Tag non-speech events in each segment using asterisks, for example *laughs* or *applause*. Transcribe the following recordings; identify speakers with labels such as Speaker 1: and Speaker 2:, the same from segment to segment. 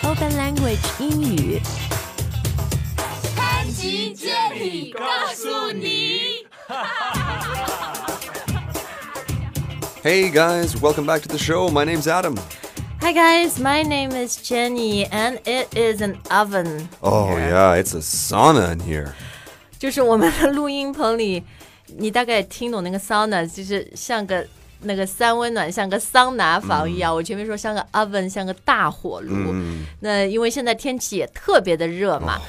Speaker 1: Spoken Language 英语。
Speaker 2: 潘吉建议告诉你。
Speaker 3: Hey guys, welcome back to the show. My name's Adam.
Speaker 1: Hi guys, my name is Jenny, and it is an oven.
Speaker 3: Oh yeah, it's a sauna in here.
Speaker 1: 就是我们的录音棚里，你大概听懂那个 sauna，就是像个那个三温暖，像个桑拿房一样。我前面说像个 oven，像个大火炉。那因为现在天气也特别的热嘛。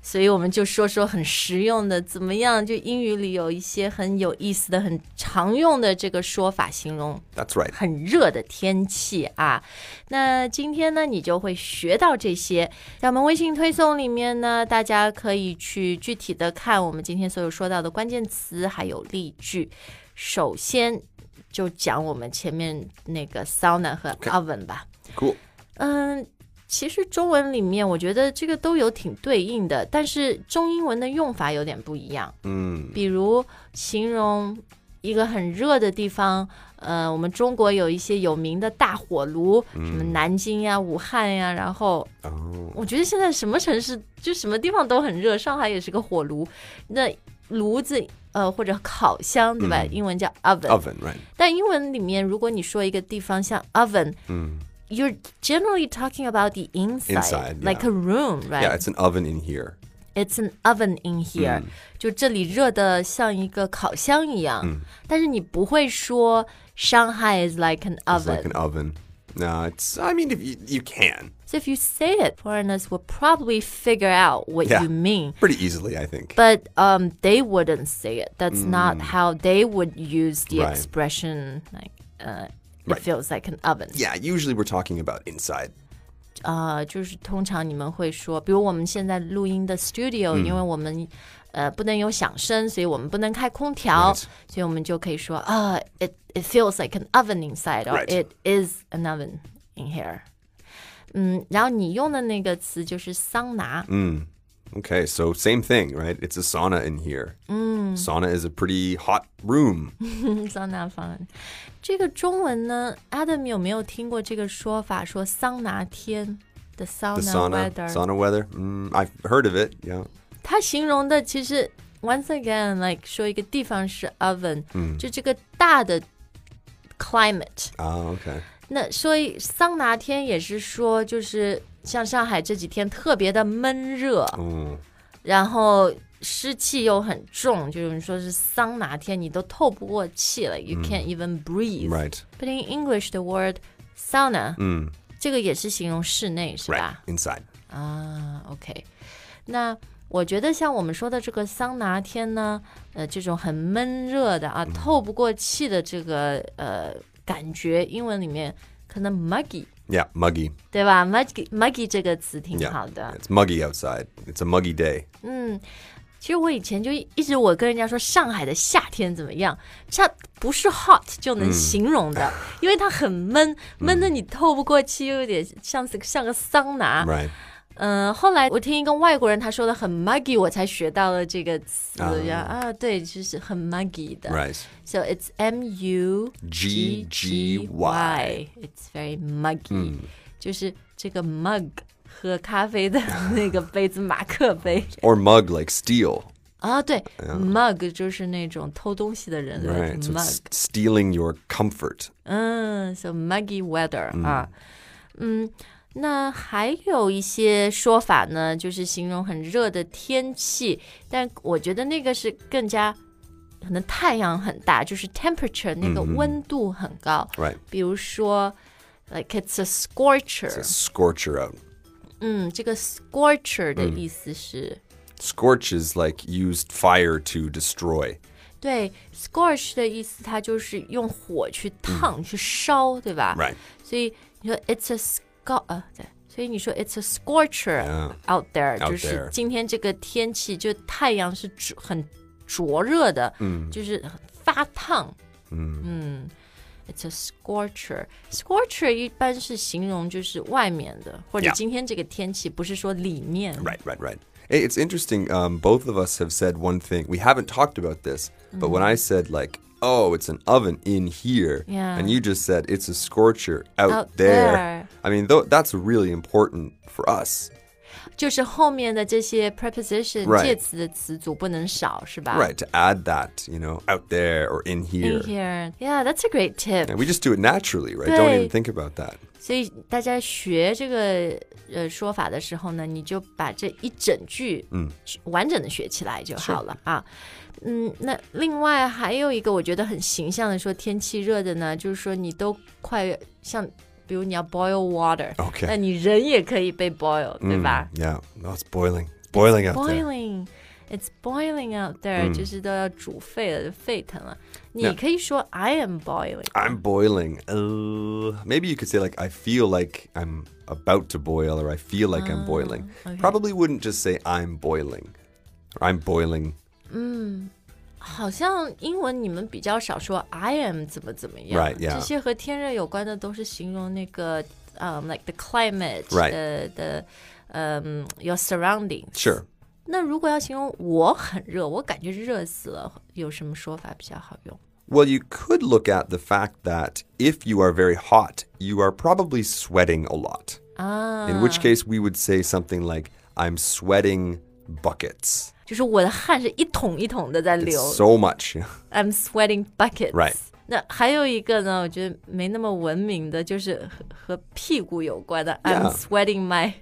Speaker 1: 所以我们就说说很实用的，怎么样？就英语里有一些很有意思的、很常用的这个说法形容
Speaker 3: That's right.
Speaker 1: 很热的天气啊。那今天呢，你就会学到这些。在我们微信推送里面呢，大家可以去具体的看我们今天所有说到的关键词还有例句。首先就讲我们前面那个 sauna 和 oven 吧。
Speaker 3: Cool.
Speaker 1: 嗯，其实中文里面我觉得这个都有挺对应的，但是中英文的用法有点不一样。
Speaker 3: 嗯，
Speaker 1: 比如形容一个很热的地方，呃，我们中国有一些有名的大火炉，
Speaker 3: mm.
Speaker 1: 什
Speaker 3: 嗯
Speaker 1: 么南京呀、武汉呀，然后
Speaker 3: 哦，
Speaker 1: 我觉得现在什么城市就什么地方都很热，上海也是个火炉，那炉子呃或者烤箱对吧？
Speaker 3: 嗯
Speaker 1: 英文叫 oven，
Speaker 3: oven, right?
Speaker 1: 但英文里面如果你说一个地方像 oven。
Speaker 3: Mm.
Speaker 1: You're generally talking about the inside,
Speaker 3: Inside,
Speaker 1: like
Speaker 3: yeah.
Speaker 1: a room, right?
Speaker 3: Yeah, it's an oven in here.
Speaker 1: It's an oven in here，、就这里热的像一个烤箱一样。但是你不会说 Shanghai is like an
Speaker 3: It's
Speaker 1: oven。
Speaker 3: like an oven. No, it's. I mean, if you, you can
Speaker 1: so if you say it, foreigners will probably figure out what
Speaker 3: Yeah.
Speaker 1: you mean.
Speaker 3: pretty easily, I think.
Speaker 1: But um, they wouldn't say it. That's not how they would use the
Speaker 3: Mm. Right.
Speaker 1: expression. Like, uh, it
Speaker 3: Right.
Speaker 1: feels like an oven.
Speaker 3: yeah, usually we're talking about inside.
Speaker 1: 呃，就是通常你们会说，比如我们现在录音的 studio，、因
Speaker 3: 嗯
Speaker 1: 为我们呃不能有响声，所以我们不能开空调
Speaker 3: Right.
Speaker 1: 所以我们就可以说啊、i t it feels like an oven inside，or、
Speaker 3: Right.
Speaker 1: it is an oven in here。嗯，然后你用的那个词就是桑拿，
Speaker 3: 嗯 Okay, so same thing, right? It's a sauna in here.
Speaker 1: Mm.
Speaker 3: Sauna is a pretty hot
Speaker 1: *laughs*
Speaker 3: room.
Speaker 1: 嗯桑拿房。这个中文呢，Adam 有没有听过这个说法？说桑拿天的
Speaker 3: The
Speaker 1: sauna
Speaker 3: sauna,
Speaker 1: weather。
Speaker 3: sauna weather. Mm, I've heard of it. Yeah.
Speaker 1: 它形容的其实 once again like 说一个地方是 oven，、就
Speaker 3: 嗯
Speaker 1: 这个大的 climate。
Speaker 3: Oh, okay.
Speaker 1: 那所以桑拿天也是说，就是像上海这几天特别的闷热，
Speaker 3: Mm.
Speaker 1: 然后湿气又很重，就是你说是桑拿天，你都透不过气了、y o u can't even breathe、
Speaker 3: 嗯 Right.
Speaker 1: But in English, the word sauna，、
Speaker 3: Mm.
Speaker 1: 这个也是形容室内，是吧
Speaker 3: Right. Inside.
Speaker 1: 啊，OK，那我觉得像我们说的这个桑拿天呢，呃，这种很闷热的啊，
Speaker 3: 嗯
Speaker 1: 透不过气的这个呃感觉，英文里面可能 muggy，
Speaker 3: Yeah, muggy.
Speaker 1: 对吧？muggy muggy 这个词挺
Speaker 3: Yeah.
Speaker 1: 好的。
Speaker 3: It's muggy outside. It's a muggy day.
Speaker 1: 其实我以前就一一直我跟人家说上海的夏天怎么样，夏不是 hot 就
Speaker 3: 嗯
Speaker 1: 能形容的，因为它很闷，闷的你透不过气，又有点像是像个桑拿。
Speaker 3: Right.
Speaker 1: 嗯，后来我听一个外国人他说的很 muggy，我才学到了这个词呀啊，对，就是很 muggy 的。
Speaker 3: Right.
Speaker 1: So it's M U
Speaker 3: G G
Speaker 1: Y.
Speaker 3: Y.
Speaker 1: It's very muggy，、就是
Speaker 3: 嗯
Speaker 1: 这个 mug 喝咖啡的那个杯子，马克
Speaker 3: *laughs*
Speaker 1: 杯
Speaker 3: Or mug like steel.
Speaker 1: 啊，对、m u g 就是那种偷东西的人对吧
Speaker 3: Right. So
Speaker 1: mug。
Speaker 3: it's stealing your comfort.
Speaker 1: 嗯，so muggy weather、啊，嗯，那还有一些说法呢，就是形容很热的天气，但我觉得那个是更加可能太阳很大，就是 temperature 那个温度很高，
Speaker 3: 嗯 Right.
Speaker 1: 比如说 like it's a scorcher，
Speaker 3: It's a scorcher out.
Speaker 1: 嗯，这个 scorcher
Speaker 3: 嗯
Speaker 1: 的意思是。
Speaker 3: Scorch is like used fire to destroy.
Speaker 1: 对，scorch 的意思，它就是用火去烫、去烧，对吧
Speaker 3: 嗯 Right.
Speaker 1: 所以你说 it's a scorch，呃，对，所以你说 it's a scorcher
Speaker 3: Yeah.
Speaker 1: out there，
Speaker 3: Out
Speaker 1: 就是
Speaker 3: there.
Speaker 1: 今天这个天气，就太阳是灼很灼热的，嗯，就是发烫，嗯 It's a scorcher. Scorcher 一般是形容就是外面的，或者
Speaker 3: Yeah.
Speaker 1: 今天这个天气，不是说里面。
Speaker 3: Right, right, right. Hey,
Speaker 1: Mm-hmm.
Speaker 3: it's interesting. Um, both of us have said one thing. We haven't talked about this, but when I said like oh, it's an oven in here.
Speaker 1: Yeah.
Speaker 3: And you just said it's a scorcher out,
Speaker 1: Out there.
Speaker 3: I mean, tho- that's really important for us.
Speaker 1: 就是后面的这些 preposition、
Speaker 3: Right.
Speaker 1: 介词的词组不能少，是吧
Speaker 3: Right, to add that, you know, out there or in here.
Speaker 1: Ah. In here, yeah, that's a great tip.
Speaker 3: And we just do it naturally, right? Don't
Speaker 1: Right.
Speaker 3: even think about that.
Speaker 1: 所以大家学这个呃说法的时候呢，你就把这一整句嗯完整的学起来就好了啊。嗯，那另外还有一个我觉得很形象的说天气热的呢，就是说你都快像，比如你要 boil water，
Speaker 3: OK
Speaker 1: 那你人也可以被 boil，、对吧
Speaker 3: Yeah. No, it's boiling. It's boiling out there.
Speaker 1: ？Boiling。It's boiling out there，、就是都要煮沸了，就沸腾了。你
Speaker 3: Yeah
Speaker 1: 可以说 I am boiling，
Speaker 3: I'm boiling. Uh, maybe you could say like I feel like I'm about to boil or I feel like I'm boiling. Probably wouldn't just say I'm boiling. Or I'm boiling.
Speaker 1: 好像英文你们比较少说 I am 怎么怎么样
Speaker 3: Right, yeah.
Speaker 1: 这些和天热有关的都是形容那个，嗯、l i k e the climate
Speaker 3: Right.
Speaker 1: 的的，嗯、y o u r surrounding。
Speaker 3: Sure.
Speaker 1: 那如果要形容我很热，我感觉热死了，有什么说法比较好用？
Speaker 3: Well, you could look at the fact that if you are very hot, you are probably sweating a lot. In which case, we would say something like, I'm sweating buckets.
Speaker 1: 就是我的汗是一桶一桶的在
Speaker 3: It's
Speaker 1: 流
Speaker 3: so much. *laughs*
Speaker 1: I'm sweating buckets。
Speaker 3: Right.
Speaker 1: 那还有一个呢，我觉得没那么文明的，就是和和屁股有关的。
Speaker 3: Yeah.
Speaker 1: I'm sweating my，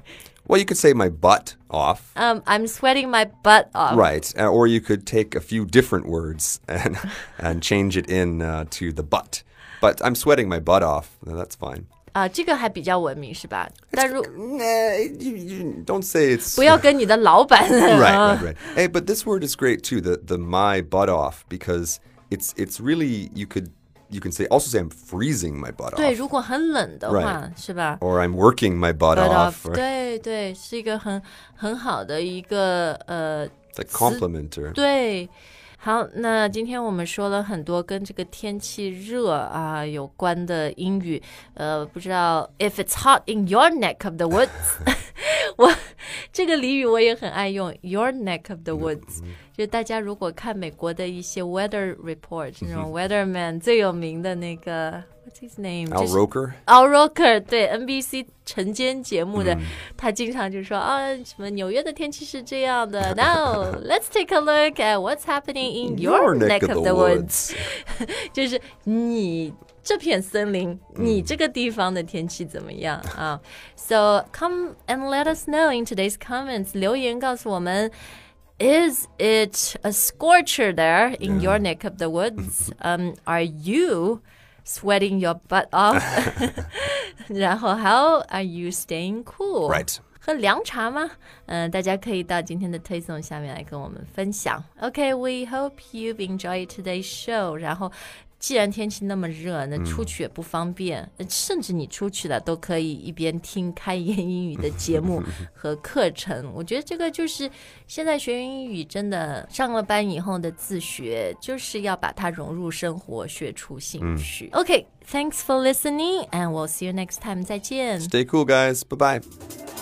Speaker 3: well, you could say my butt off.
Speaker 1: 嗯、i m sweating my butt off。
Speaker 3: Right, uh, or you could take a few different words *laughs* and and change it in uh, to the butt. But I'm sweating my butt off. No, that's fine.
Speaker 1: 啊，这个还比较文明是吧？但如
Speaker 3: Nah, you, you don't say it's
Speaker 1: 不要跟你的老板
Speaker 3: *laughs* right, right, right. Hey, but this word is great too. The the my butt off because it's it's really you could you can say also say I'm freezing my butt
Speaker 1: 对，
Speaker 3: off
Speaker 1: 如果很冷的话是吧
Speaker 3: or I'm working my butt,
Speaker 1: ？Butt
Speaker 3: off.
Speaker 1: off，
Speaker 3: or-
Speaker 1: 对对，是一个很很好的一个呃，
Speaker 3: it's a compliment or
Speaker 1: 对。好，那今天我们说了很多跟这个天气热啊有关的英语，呃，不知道 if it's hot in your neck of the woods，我这个俚语我也很爱用，your neck of the woods，、就是大家如果看美国的一些 weather report，那种 weatherman 最有名的那个 what's his name，就
Speaker 3: Al
Speaker 1: 是
Speaker 3: Roker.
Speaker 1: Al Roker 对 NBC 晨间节目的，他经常就说啊，什么纽约的天气是这样的。Now let's take a look at what's happening in your neck of the woods，就是你这片森林，你这个地方的天气怎么样啊？So come and let us know in today's comments，留言告诉我们。Is it a scorcher there in your neck of the woods? Um, are you sweating your butt off? *laughs* 然后 How are you staying cool?
Speaker 3: Right.
Speaker 1: 喝凉茶吗？嗯、大家可以到今天的推送下面来跟我们分享。OK，we、hope you've enjoyed today's show。然后，既然天气那么热，那出去也不方便，呃甚至你出去了都可以一边听开言英语的节目和课程。我觉得这个就是现在学英语真的上了班以后的自学，就是要把它融入生活，学出兴趣。OK，thanks、for listening，and we'll see you next time。再见。
Speaker 3: Stay cool, guys. Bye bye.